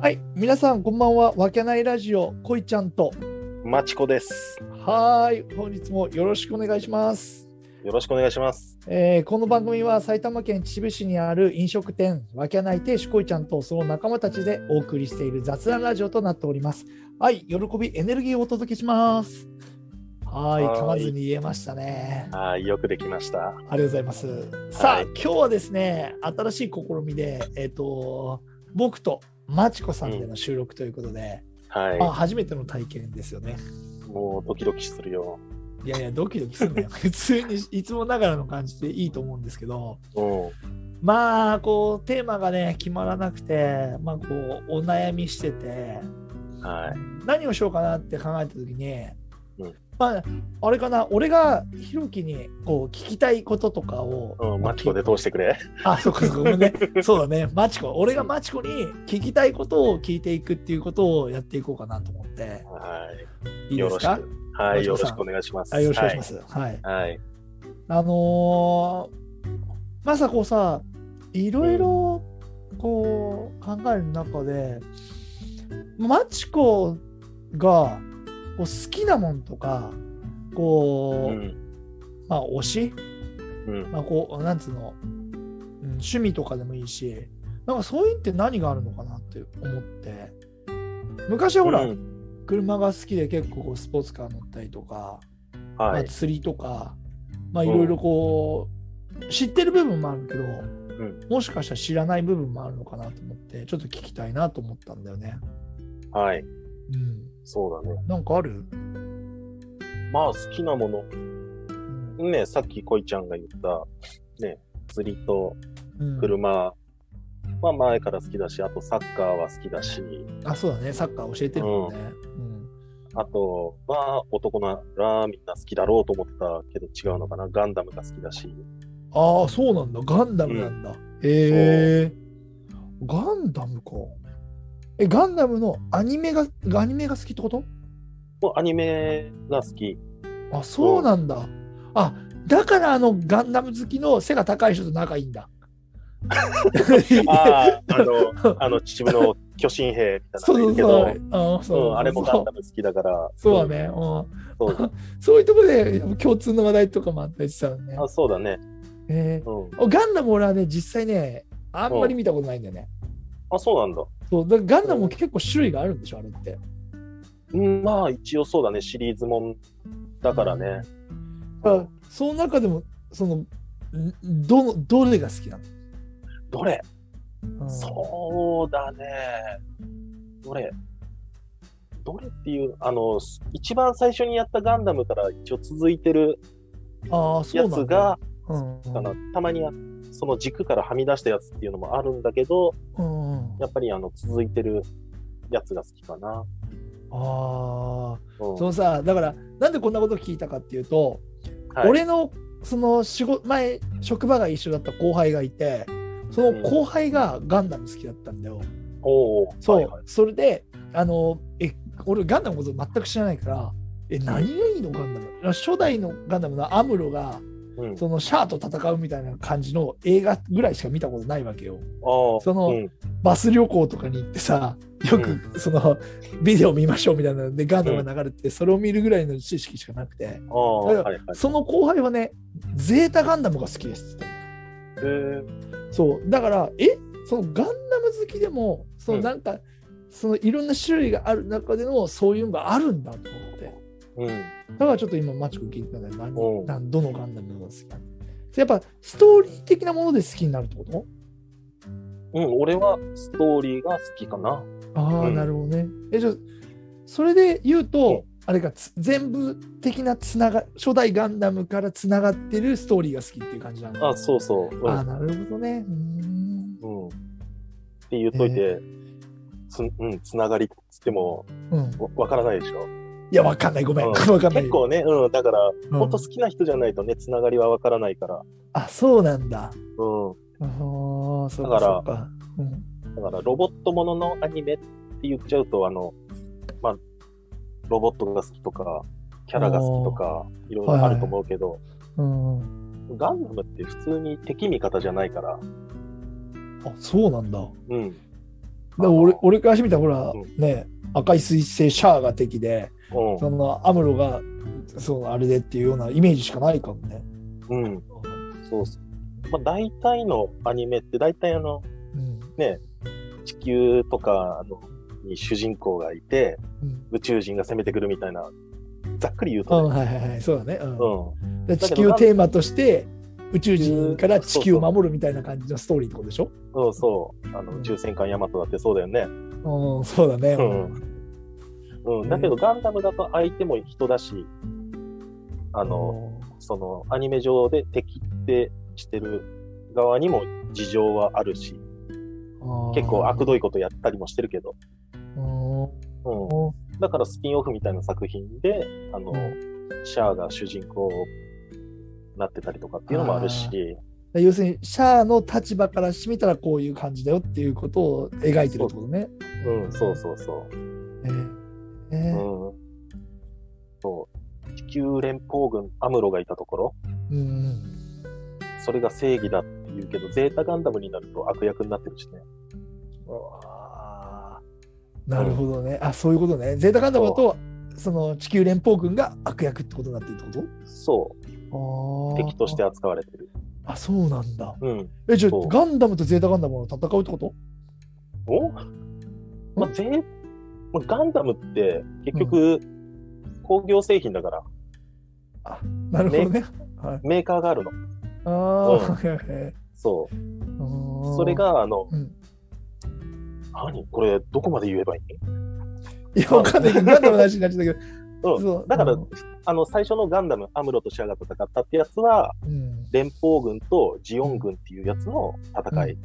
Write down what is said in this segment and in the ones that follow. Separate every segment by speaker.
Speaker 1: はい、皆さんこんばんは。わけないラジオこいちゃんと
Speaker 2: まちこです。
Speaker 1: はーい、本日もよろしくお願いします。
Speaker 2: よろしくお願いします。
Speaker 1: えーこの番組は埼玉県秩父市にある飲食店わけない亭主こいちゃんとその仲間たちでお送りしている雑談ラジオとなっております。はい、喜びエネルギーをお届けします。はーい、
Speaker 2: はーい
Speaker 1: 噛まずに言えましたね。
Speaker 2: はい、よくできました。
Speaker 1: ありがとうございます。さあ、
Speaker 2: はい
Speaker 1: 今日はですね、新しい試みで、えっ、と、僕とまちこさんでの収録ということで、まあ、
Speaker 2: は
Speaker 1: 初めての体験ですよね。
Speaker 2: い、もうドキドキするよ。
Speaker 1: いやいや、ドキドキするのよ。 普通にいつもながらの感じでいいと思うんですけど、
Speaker 2: うん、
Speaker 1: まあ、こう、テーマがね、決まらなくて、まあ、こう、お悩みしてて、
Speaker 2: は
Speaker 1: 何をしようかなって考えたときに、
Speaker 2: うん
Speaker 1: まあ、あれかな、俺がひろきに、こう、聞きたいこととかを、
Speaker 2: い、うん、まちこで通してくれ。
Speaker 1: あ、そうか、そうか、ごめんね。そうだね、マチコ、俺がマチコに聞きたいことを聞いていくっていうことをやっていこうかなと思って、
Speaker 2: はい
Speaker 1: い
Speaker 2: い、
Speaker 1: で
Speaker 2: よ
Speaker 1: す
Speaker 2: ろし
Speaker 1: か
Speaker 2: く。は
Speaker 1: ま
Speaker 2: い、
Speaker 1: ち
Speaker 2: よ
Speaker 1: こさ
Speaker 2: ろ
Speaker 1: ん
Speaker 2: しくお願いします。
Speaker 1: あよろしくお願いします。はい
Speaker 2: はい。はい、
Speaker 1: あのーまさこさいろいろこう考える中でマチコがこう好きなもんとか
Speaker 2: う
Speaker 1: こう、
Speaker 2: ん、
Speaker 1: まあ推し、
Speaker 2: うん、
Speaker 1: まあ、こうなんつうの、うん、趣味とかでもいいしなんかそういうのって何があるのかなって思って昔はほら、
Speaker 2: うん
Speaker 1: 車が好きで結構こうスポーツカー乗ったりとかま
Speaker 2: は
Speaker 1: あ、
Speaker 2: い、
Speaker 1: 釣りとか、まあ、い
Speaker 2: うん
Speaker 1: ろいろこう、知ってる部分もあるけど、
Speaker 2: ん
Speaker 1: もしかしたら知らない部分もあるのかなと思ってちょっと聞きたいなと思ったんだよね。
Speaker 2: はい、
Speaker 1: うん、
Speaker 2: そうだね。
Speaker 1: なんかある、
Speaker 2: まあ、好きなもの、
Speaker 1: うん
Speaker 2: ね、さっきこいちゃんが言った、ね、釣りと
Speaker 1: うん
Speaker 2: 車。まあ前から好きだし、あとサッカーは好きだし、
Speaker 1: あそうだねサッカー教えてるもんね。うん
Speaker 2: あと、まあ男ならみんな好きだろうと思ったけど違うのかな、ガンダムが好きだし、
Speaker 1: ああそうなんだガンダムなんだ。へえガンダムか。えガンダムのアニメがアニメが好きってこと
Speaker 2: もうアニメが好き。
Speaker 1: あそうなんだ。あだからあのガンダム好きの背が高い人と仲いいんだ。
Speaker 2: ああ、あの、 あの秩父の巨神兵みた
Speaker 1: そ
Speaker 2: いなの
Speaker 1: うそう
Speaker 2: いるけ
Speaker 1: そ
Speaker 2: ど、
Speaker 1: う。あそう
Speaker 2: うんあれもガンダム好きだから、
Speaker 1: そうだね、うん
Speaker 2: そうそう
Speaker 1: そういうところで共通の話題とかもあったりしたよね。
Speaker 2: あそうだね、
Speaker 1: え
Speaker 2: うん。
Speaker 1: ーガンダム俺はね、実際ね、あんまり見たことないんだよね。
Speaker 2: あ、そうなんだ。
Speaker 1: そうだからガンダムも結構種類があるんでしょ、あれって。
Speaker 2: うん、まあ一応そうだね、シリーズもんだからね。
Speaker 1: だからその中でも、その、んどのどれが好きな
Speaker 2: どれ
Speaker 1: の、
Speaker 2: そうだね。どれどれっていう、あの、一番最初にやったガンダムから一応続いてる
Speaker 1: うん。ああ、そう
Speaker 2: や
Speaker 1: な
Speaker 2: つ
Speaker 1: んだ。
Speaker 2: が、
Speaker 1: うん
Speaker 2: かなたまにその軸からはみ出したやつっていうのもあるんだけど、
Speaker 1: うんうん
Speaker 2: やっぱりあの続いてるやつが好きかな。
Speaker 1: ああ、
Speaker 2: うん
Speaker 1: そのさ、だから、なんでこんなこと聞いたかっていうと、
Speaker 2: はい
Speaker 1: 俺のその仕事前職場が一緒だった後輩がいてその後輩がガンダム好きだったんだよ、
Speaker 2: おー
Speaker 1: そう、
Speaker 2: はいはい
Speaker 1: それであのえ俺ガンダムのこと全く知らないからえ何がいいのガンダム初代のガンダムのアムロが
Speaker 2: うん、
Speaker 1: そのシャアと戦うみたいな感じの映画ぐらいしか見たことないわけよ
Speaker 2: あー
Speaker 1: その
Speaker 2: うん
Speaker 1: バス旅行とかに行ってさよくそのビデオ見ましょうみたいなのでガンダムが流れてそれを見るぐらいの知識しかなくて
Speaker 2: あー
Speaker 1: だから
Speaker 2: はいはい。
Speaker 1: その後輩はねゼータガンダムが好きですって言ったの
Speaker 2: えー
Speaker 1: そうだからえそのガンダム好きでもその
Speaker 2: うん
Speaker 1: なんか、そのいろんな種類がある中でのそういうのがあるんだと思って
Speaker 2: うん、
Speaker 1: だからちょっと今マチコ聞いてたんだよ
Speaker 2: お
Speaker 1: 何
Speaker 2: う
Speaker 1: 何どのガンダムが好きなのやっぱストーリー的なもので好きになるってこと
Speaker 2: うん、俺はストーリーが好きかな。
Speaker 1: ああ、
Speaker 2: うん
Speaker 1: なるほどねえじゃあそれで言う
Speaker 2: う
Speaker 1: と、あれがつ全部的なつなが初代ガンダムからつながってるストーリーが好きっていう感じなの
Speaker 2: あそうそう。うん
Speaker 1: ああなるほどねうーん
Speaker 2: うん、って言っといて、
Speaker 1: え
Speaker 2: つうん、つながりっつっても
Speaker 1: うん
Speaker 2: わわからないでしょ。
Speaker 1: いやわかんないごめん、
Speaker 2: うん
Speaker 1: わかんない
Speaker 2: 結構ね、うん、だから、
Speaker 1: うん
Speaker 2: 本当好きな人じゃないとね、つながりはわからないから。
Speaker 1: あそうなんだ
Speaker 2: うん
Speaker 1: ああ、そう
Speaker 2: だ
Speaker 1: か、
Speaker 2: から
Speaker 1: そうか。うん
Speaker 2: だからロボットもののアニメって言っちゃうと、あの、まあ、ロボットが好きとか、キャラが好きとか、いろいろあると思うけど、
Speaker 1: うん。
Speaker 2: ガンダムって普通に敵味方じゃないから、
Speaker 1: あ、そうなんだ。
Speaker 2: うん。
Speaker 1: で俺俺からしてみたらほら、
Speaker 2: うん
Speaker 1: ね赤い彗星シャアが敵で
Speaker 2: うん
Speaker 1: そのアムロがそのあれでっていうようなイメージしかないかもね。
Speaker 2: うん、そうそう。まあ、大体のアニメって、大体あの、
Speaker 1: うん
Speaker 2: 地球とかあのに主人公がいて、
Speaker 1: うん
Speaker 2: 宇宙人が攻めてくるみたいな、ざっくり言
Speaker 1: う
Speaker 2: う
Speaker 1: ん、
Speaker 2: と、ね、
Speaker 1: はいはいはいそうだね、うん
Speaker 2: うん、
Speaker 1: で地球をテーマとして宇宙人から地球を守るみたいな感じのストーリーってことでしょ
Speaker 2: そうそう、あの宇宙戦艦ヤマトだってそうだよね。
Speaker 1: うん、そうだね。
Speaker 2: うん。うん、だけど、ガンダムだと相手も人だし、あの、そのアニメ上で敵ってしてる側にも事情はあるし、
Speaker 1: うん、
Speaker 2: 結構悪どいことやったりもしてるけど、
Speaker 1: うん。
Speaker 2: うん、だからスピンオフみたいな作品で、あの、シャアが主人公になってたりとかっていうのもあるし、
Speaker 1: 要するに、シャアの立場からしてみたらこういう感じだよっていうことを描いてるってことね。
Speaker 2: うん、そうそうそ
Speaker 1: ええ
Speaker 2: う、
Speaker 1: ええ
Speaker 2: うん。そう。地球連邦軍アムロがいたところ、
Speaker 1: うん
Speaker 2: それが正義だって言うけど、ゼータガンダムになると悪役になってるしね。
Speaker 1: うわーなるほどね。あ、そういうことね。ゼータガンダムだと、その地球連邦軍が悪役ってことになってるって
Speaker 2: そ
Speaker 1: こと
Speaker 2: う、
Speaker 1: あー
Speaker 2: 敵として扱われてる。
Speaker 1: あ、そうなんだ。
Speaker 2: うん。
Speaker 1: え、じゃあ
Speaker 2: そう
Speaker 1: ガンダムとゼータガンダムの戦うってこと
Speaker 2: おまあ、ゼーまあガンダムって結局、工業製品だから、
Speaker 1: なるほどね。はい、
Speaker 2: メーカーがあるの。
Speaker 1: あ
Speaker 2: うん
Speaker 1: あ、へへ
Speaker 2: そう。
Speaker 1: うん
Speaker 2: それが、あの、
Speaker 1: うん
Speaker 2: 何これ、どこまで言えばいい
Speaker 1: いや、わかんないけど、ガンダムの話になっちゃったけど。
Speaker 2: のうん。
Speaker 1: そう
Speaker 2: だから
Speaker 1: うん
Speaker 2: あの、最初のガンダム、アムロとシャアが戦ったってやつは、
Speaker 1: うん
Speaker 2: 連邦軍とジオン軍っていうやつの戦い。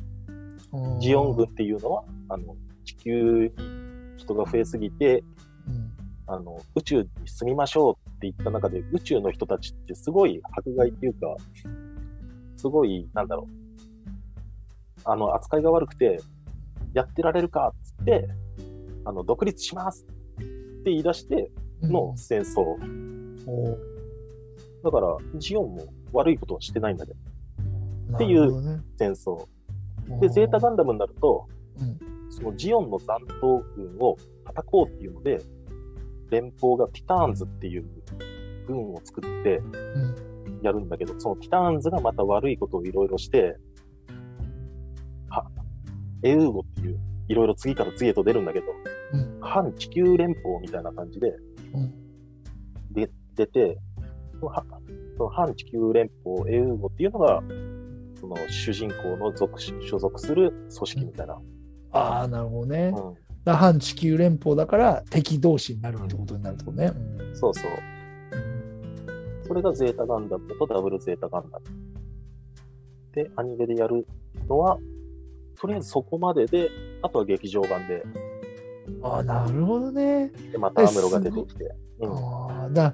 Speaker 2: ジオン軍っ、ていうのは、あの、地球に人が増えすぎて、
Speaker 1: うん
Speaker 2: あの、宇宙に住みましょうって言った中で、宇宙の人たちってすごい迫害っていうか、すごい、なんだろう。あの、扱いが悪くて、やってられるかっつって、あの、独立しますって言い出しての戦争。
Speaker 1: うんおー
Speaker 2: だから、ジオンも悪いことはしてないんだけど、
Speaker 1: な
Speaker 2: ていう
Speaker 1: るほどね
Speaker 2: 戦争。
Speaker 1: お
Speaker 2: で、
Speaker 1: ー
Speaker 2: ゼータガンダムになると、
Speaker 1: うん
Speaker 2: そのジオンの残党軍を叩こうっていうので、連邦がティターンズっていう軍を作って
Speaker 1: うん
Speaker 2: やるんだけど、そのティターンズがまた悪いことをいろいろして、は、エウーゴっていう、いろいろ次から次へと出るんだけど、
Speaker 1: うん
Speaker 2: 反地球連邦みたいな感じで、
Speaker 1: うん
Speaker 2: で出て、そのはその反地球連邦エウーゴっていうのが、その主人公の属し所属する組織みたいな。
Speaker 1: ああ、なるほどね。
Speaker 2: う
Speaker 1: だ
Speaker 2: ん
Speaker 1: から反地球連邦だから敵同士になるってことになるってことね。うん
Speaker 2: そうそう。それがゼータガンダムとダブルゼータガンダム。で、アニメでやるのは、とりあえずそこまでで、あとは劇場版で、
Speaker 1: ああ、なるほどね。
Speaker 2: でまたアムロが出てきて。うん、
Speaker 1: ああ、だ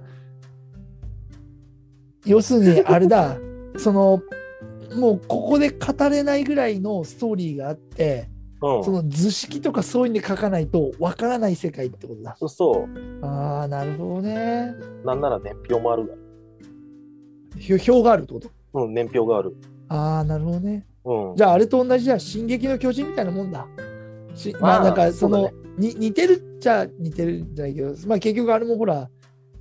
Speaker 1: 要するにあれ だ、その、もうここで語れないぐらいのストーリーがあって、
Speaker 2: うん
Speaker 1: その図式とかそういうので書かないとわからない世界ってことだ。
Speaker 2: そうそう。
Speaker 1: ああ、なるほどね。
Speaker 2: なんなら年表もある
Speaker 1: ひょ表があるってこと
Speaker 2: が、うん、年表がある。
Speaker 1: ああ、なるほどね。
Speaker 2: うん。
Speaker 1: じゃあ、あれと同じじゃ、進撃の巨人みたいなもんだ。しま
Speaker 2: ま
Speaker 1: あ、
Speaker 2: あ
Speaker 1: なんか、その
Speaker 2: そ
Speaker 1: に、似てるっちゃ似てるんじゃないけど、まあ、結局、あれもほら、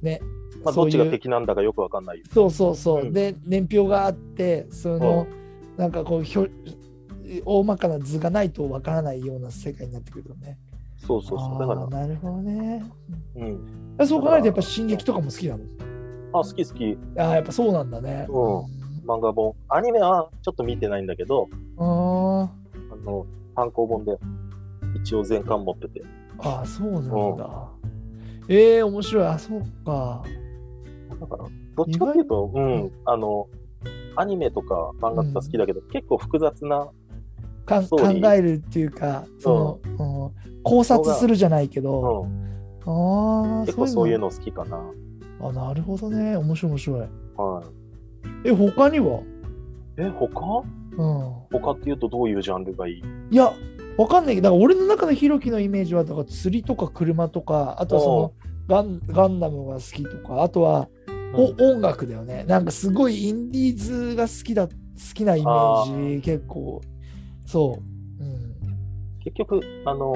Speaker 1: ね、
Speaker 2: まあ、
Speaker 1: そ
Speaker 2: ど
Speaker 1: う
Speaker 2: っ
Speaker 1: いう
Speaker 2: ちが敵なんだかよくわかんない。
Speaker 1: そうそうそう、
Speaker 2: うん
Speaker 1: で、年表があって、その、なんかこう、ひょ大まかな図がないとわからないような世界になってくるよね。
Speaker 2: そうそうそう。だか
Speaker 1: あ
Speaker 2: ら
Speaker 1: ー、なるほどね。
Speaker 2: うん。
Speaker 1: そう考えると、やっぱ進撃とかも好きなの。
Speaker 2: あ、好き好き。
Speaker 1: ああ、やっぱそうなんだね。
Speaker 2: うん漫画本。アニメはちょっと見てないんだけど、
Speaker 1: あ
Speaker 2: あの、単行本で一応全巻持ってて。
Speaker 1: ーあー、そうなんだ。ええー、面白い。あ、そうか。
Speaker 2: だから、どっちかっていうと、うん、あの、アニメとか漫画とか好きだけど、結構複雑な、
Speaker 1: かん
Speaker 2: ストーリー
Speaker 1: 考えるっていうかその、うん考察するじゃないけど、
Speaker 2: うん、
Speaker 1: ああ
Speaker 2: 結構そういう
Speaker 1: の
Speaker 2: の好きかな。
Speaker 1: あなるほどね面白い面白い
Speaker 2: はい。
Speaker 1: え他には、
Speaker 2: え、他
Speaker 1: う
Speaker 2: 他っていうとどういうジャンルがいい
Speaker 1: ん、いやわかんないけどだから俺の中のヒロキのイメージはだから釣りとか車とかあとはそのガンガンダムが好きとかあとは、
Speaker 2: うん
Speaker 1: お音楽だよねなんかすごいインディーズが好きだ好きなイメージ結構そう、うん、
Speaker 2: 結局、あの、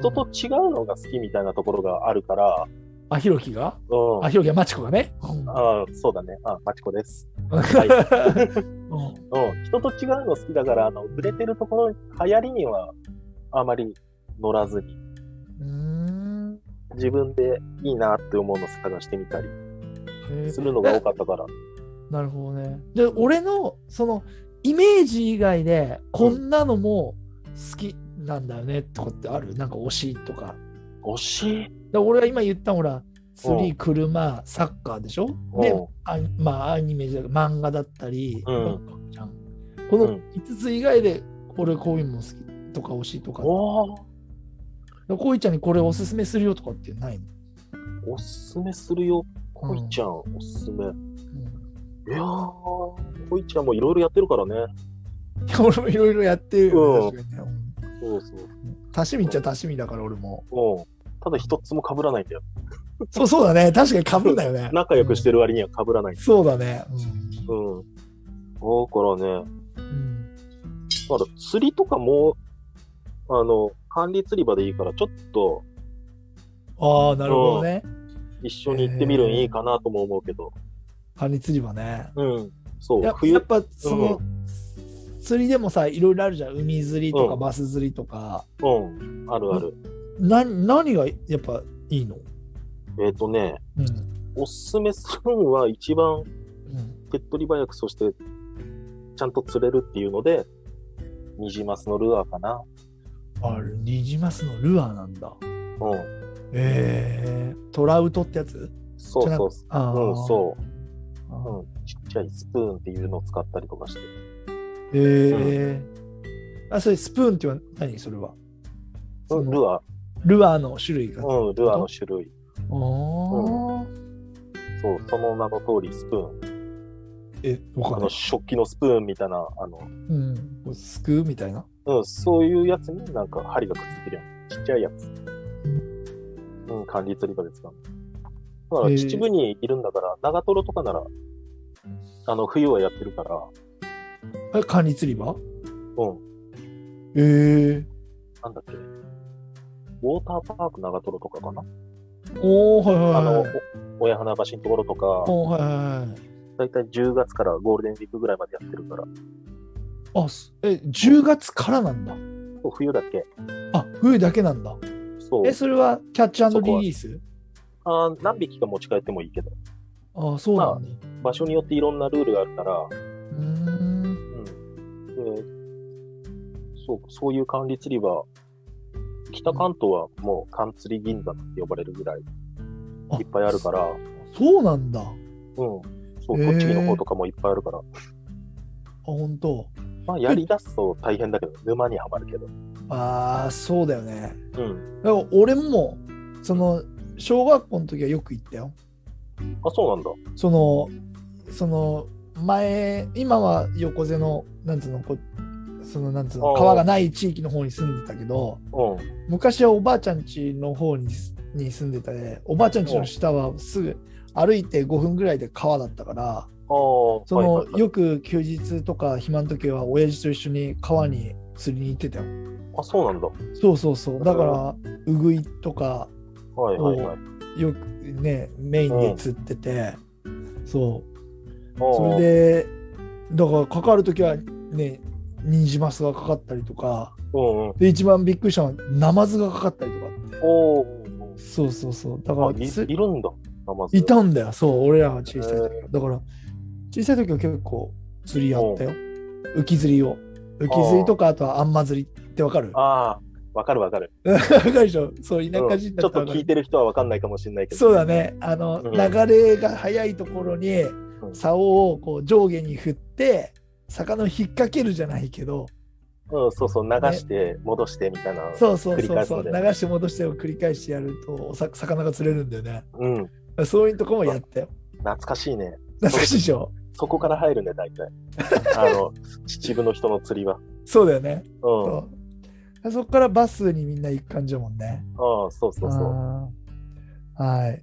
Speaker 2: 人と違うのが好きみたいなところがあるから、
Speaker 1: あ、ひろきが
Speaker 2: うん。
Speaker 1: あ、ひろきはマチコがね。うん
Speaker 2: ああそうだね。あ、マチコです。
Speaker 1: うん
Speaker 2: うん。人と違うの好きだから、あの、売れてるところ、流行りにはあまり乗らずに、
Speaker 1: うーん
Speaker 2: 自分でいいなって思うのを探してみたり
Speaker 1: へえ
Speaker 2: するのが多かったから。
Speaker 1: なるほどね。で、俺のそのイメージ以外で、こんなのも好きなんだよねとかってあるなんか推しとか。
Speaker 2: 推し
Speaker 1: で俺が今言ったほら、釣り、車、サッカーでしょで
Speaker 2: うん、
Speaker 1: あまあ、アニメじゃなく漫画だったり、
Speaker 2: うん
Speaker 1: じゃんこ
Speaker 2: う
Speaker 1: の
Speaker 2: ん
Speaker 1: 5つ以外で、俺、こういうのも好きとか推しとか。
Speaker 2: おー
Speaker 1: でこういちゃんにこれおすすめするよとかってないの、
Speaker 2: おすすめするよ。こいちゃん、おすすめ。いやー、こいちゃんもいろいろやってるからね。
Speaker 1: いや俺もいろいろやってるよ、
Speaker 2: うん
Speaker 1: 確かにねうん
Speaker 2: そうそう。
Speaker 1: 多趣味っちゃ多趣味だから俺も。
Speaker 2: うん。ただ一つも被らないんだよ。
Speaker 1: そうそうだね。確かにかぶんだよね。
Speaker 2: 仲良くしてる割には被らない。
Speaker 1: そうだね。
Speaker 2: うん。だ
Speaker 1: うん。うん
Speaker 2: からね、だから釣りとかも、あの、管理釣り場でいいから、ちょっと
Speaker 1: ああ、なるほどね。
Speaker 2: 一緒に行ってみるんいいかなとも思うけど。
Speaker 1: 管理釣り場ね。
Speaker 2: うん。そ
Speaker 1: いうや、やっ
Speaker 2: 冬、
Speaker 1: ぱその
Speaker 2: う、
Speaker 1: 釣りでもさ、いろいろあるじゃん。海釣りとか
Speaker 2: うん
Speaker 1: バス釣りとか。
Speaker 2: うん。あるある。
Speaker 1: な何がやっぱいいの
Speaker 2: えっ、とね、
Speaker 1: うん。
Speaker 2: おすすめするのは一番
Speaker 1: うん
Speaker 2: 手っ取り早く、そして、ちゃんと釣れるっていうので、ニジマスのルアーかな。
Speaker 1: あれ、ニジマスのルアーなんだ。
Speaker 2: うん。
Speaker 1: ええトラウトってやつ
Speaker 2: そうそう。
Speaker 1: あ
Speaker 2: うん、そうう。うん。ちっちゃいスプーンっていうのを使ったりとかして。
Speaker 1: ええあ、それスプーンっては何それは
Speaker 2: う
Speaker 1: そ
Speaker 2: ん、
Speaker 1: の
Speaker 2: ルア
Speaker 1: ルアーの種類が。
Speaker 2: ー。うん、ルアーの種類。
Speaker 1: ああ、
Speaker 2: そう、その名の通りスプーン。
Speaker 1: え、わ
Speaker 2: あ
Speaker 1: かんな
Speaker 2: の、
Speaker 1: い。
Speaker 2: 食器のスプーンみたいな、あの、
Speaker 1: うん。こうすくうみたいな。
Speaker 2: うん、そういうやつになんか針がくっついてるやん。ちっちゃいやつ。うん、管理釣り場で使うの。だか
Speaker 1: へ
Speaker 2: ら
Speaker 1: え
Speaker 2: 秩父にいるんだから、長瀞とかなら、あの、冬はやってるから、
Speaker 1: え、管理釣り場
Speaker 2: うん、
Speaker 1: ええ
Speaker 2: なんだっけ。ウォーターパーク長瀞とかかな、
Speaker 1: おおはい
Speaker 2: あ
Speaker 1: はい
Speaker 2: の
Speaker 1: はい。、
Speaker 2: お親花橋のところとか、
Speaker 1: おおはいはいはい。
Speaker 2: だいたい10月からゴールデンウィークぐらいまでやってるから、
Speaker 1: あ、すえ、10月からなんだ。
Speaker 2: そう冬だけ。
Speaker 1: あ、冬だけなんだ。
Speaker 2: そう
Speaker 1: え、。それはキャッチ
Speaker 2: そこ
Speaker 1: リ
Speaker 2: は
Speaker 1: リース
Speaker 2: あー何匹か持ち帰ってもいいけど、
Speaker 1: ああ、そうなんだ。
Speaker 2: 場所によっていろんなルールがあるから、
Speaker 1: うーん。
Speaker 2: うん、でそうそういう管理釣り場、北関東はもう缶釣り銀座って呼ばれるぐらいいっぱいあるから、うん、
Speaker 1: そうなんだ。あ、
Speaker 2: そう、
Speaker 1: へー
Speaker 2: 栃木の方とかもいっぱいあるから、
Speaker 1: 本当。
Speaker 2: まあやり出すと大変だけど、沼にはまるけど、
Speaker 1: ああ、そうだよね。
Speaker 2: うん、
Speaker 1: だから俺も、その、小学校の時はよく行ったよ。
Speaker 2: あ、そうなんだ。
Speaker 1: そのその前今は横瀬のなんつうのこそのなんつうの
Speaker 2: ああ
Speaker 1: 川がない地域の方に住んでたけど
Speaker 2: う
Speaker 1: 昔はおばあちゃん家の方にに住んでたねおばあちゃん家の下はすぐ歩いて5分ぐらいで川だったから
Speaker 2: ん。ああ、
Speaker 1: その、
Speaker 2: はいはいはい
Speaker 1: よく休日とか暇の時は親父と一緒に川に釣りに行ってたよ
Speaker 2: あ、そうなんだ。
Speaker 1: そうそうそうだからウグイとか
Speaker 2: はいはいはい。
Speaker 1: よくねメインで釣ってて、そうそ
Speaker 2: あー
Speaker 1: れでだからかかる時はねニジマスがかかったりとか
Speaker 2: うんうん。
Speaker 1: で一番びっくりしたのはナマズがかかったりとかって
Speaker 2: おー
Speaker 1: そうそうそうだか
Speaker 2: おー
Speaker 1: ら
Speaker 2: あ、い
Speaker 1: つ
Speaker 2: いるんだ、ナマズ。
Speaker 1: いたんだよそう俺らが小さい時は
Speaker 2: へ
Speaker 1: だから小さい時は結構釣りやったよ浮き釣りを浮き釣りとかあとはあんま釣りってわかるわ
Speaker 2: ああ、わかるわかる。
Speaker 1: かるでしょそう田
Speaker 2: う
Speaker 1: 舎
Speaker 2: んち
Speaker 1: 人
Speaker 2: ょ
Speaker 1: だ
Speaker 2: っ
Speaker 1: ったらわ
Speaker 2: と
Speaker 1: か
Speaker 2: 聞い
Speaker 1: る
Speaker 2: てる人はわかんないかもしれないけど。
Speaker 1: そうだねあの、
Speaker 2: うん
Speaker 1: 流れが速いところに竿をこう上下に振って魚を引っ掛けるじゃないけど
Speaker 2: うん、そうそう、流して、戻してみたいな。
Speaker 1: そうそう
Speaker 2: 繰り
Speaker 1: そう
Speaker 2: 返す
Speaker 1: そう
Speaker 2: の
Speaker 1: 流
Speaker 2: で
Speaker 1: して戻してを繰り返してやるとおさ魚が釣れるんだよね
Speaker 2: うん、
Speaker 1: そういうとこもやったよ
Speaker 2: 懐かしいね。
Speaker 1: 懐かしいでしょ
Speaker 2: そこから入るね、大 体。あの、秩父の人の釣りは。
Speaker 1: そうだよね、
Speaker 2: うん、あ
Speaker 1: そうそこからバスにみんな行く感じだもんね
Speaker 2: あ、そうそうそ
Speaker 1: あーはい、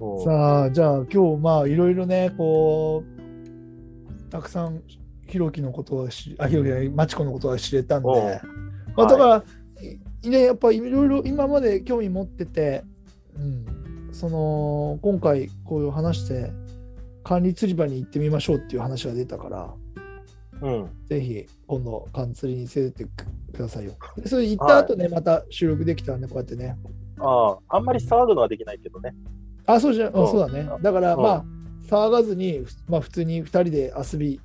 Speaker 2: う。うん、
Speaker 1: さあじゃあ今日まあいろいろねこうたくさんひろきのことは知りあひろきじゃないまちこのことは知れたんで、
Speaker 2: うん
Speaker 1: まあ、
Speaker 2: はい
Speaker 1: だから、いね、やっぱいろいろ今まで興味持ってて、うん、その今回こういう話して管理釣り場に行ってみましょうっていう話が出たから
Speaker 2: うん。
Speaker 1: ぜひ今度管釣りに連れてってくださいよでそれ行った後ね、また収録できたらねこうやってね
Speaker 2: ああ、あんまり騒ぐのはできないけどね。
Speaker 1: あそうじゃん
Speaker 2: うん
Speaker 1: そうだねだから
Speaker 2: うん
Speaker 1: まあ騒がずに、ふまあ、普通に2人で遊び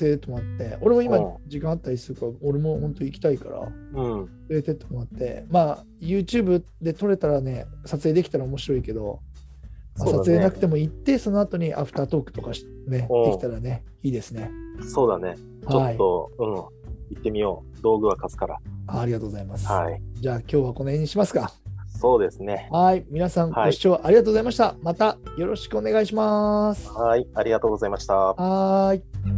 Speaker 1: 連れてってもらって俺も今
Speaker 2: うん
Speaker 1: 時間あったりするから俺も本当行きたいから、
Speaker 2: うん。
Speaker 1: 連れてってもらって、まあ、YouTube で撮れたらね、撮影できたら面白いけど、まあ
Speaker 2: そうだね
Speaker 1: 撮影なくても行って、その後にアフタートークとかし、ね、
Speaker 2: う
Speaker 1: で
Speaker 2: ん
Speaker 1: きたらね、いいですね。
Speaker 2: そうだね。ちょ
Speaker 1: は
Speaker 2: っ
Speaker 1: い。
Speaker 2: と、うん。行ってみよう。道具は貸すから。
Speaker 1: あありがとうございます。
Speaker 2: はい。
Speaker 1: じゃあ、今日はこの辺にしますか。
Speaker 2: そうですね。
Speaker 1: はい。皆さん、
Speaker 2: はい
Speaker 1: ご視聴ありがとうございました。またよろしくお願いします。
Speaker 2: はい。ありがとうございました。
Speaker 1: はーい。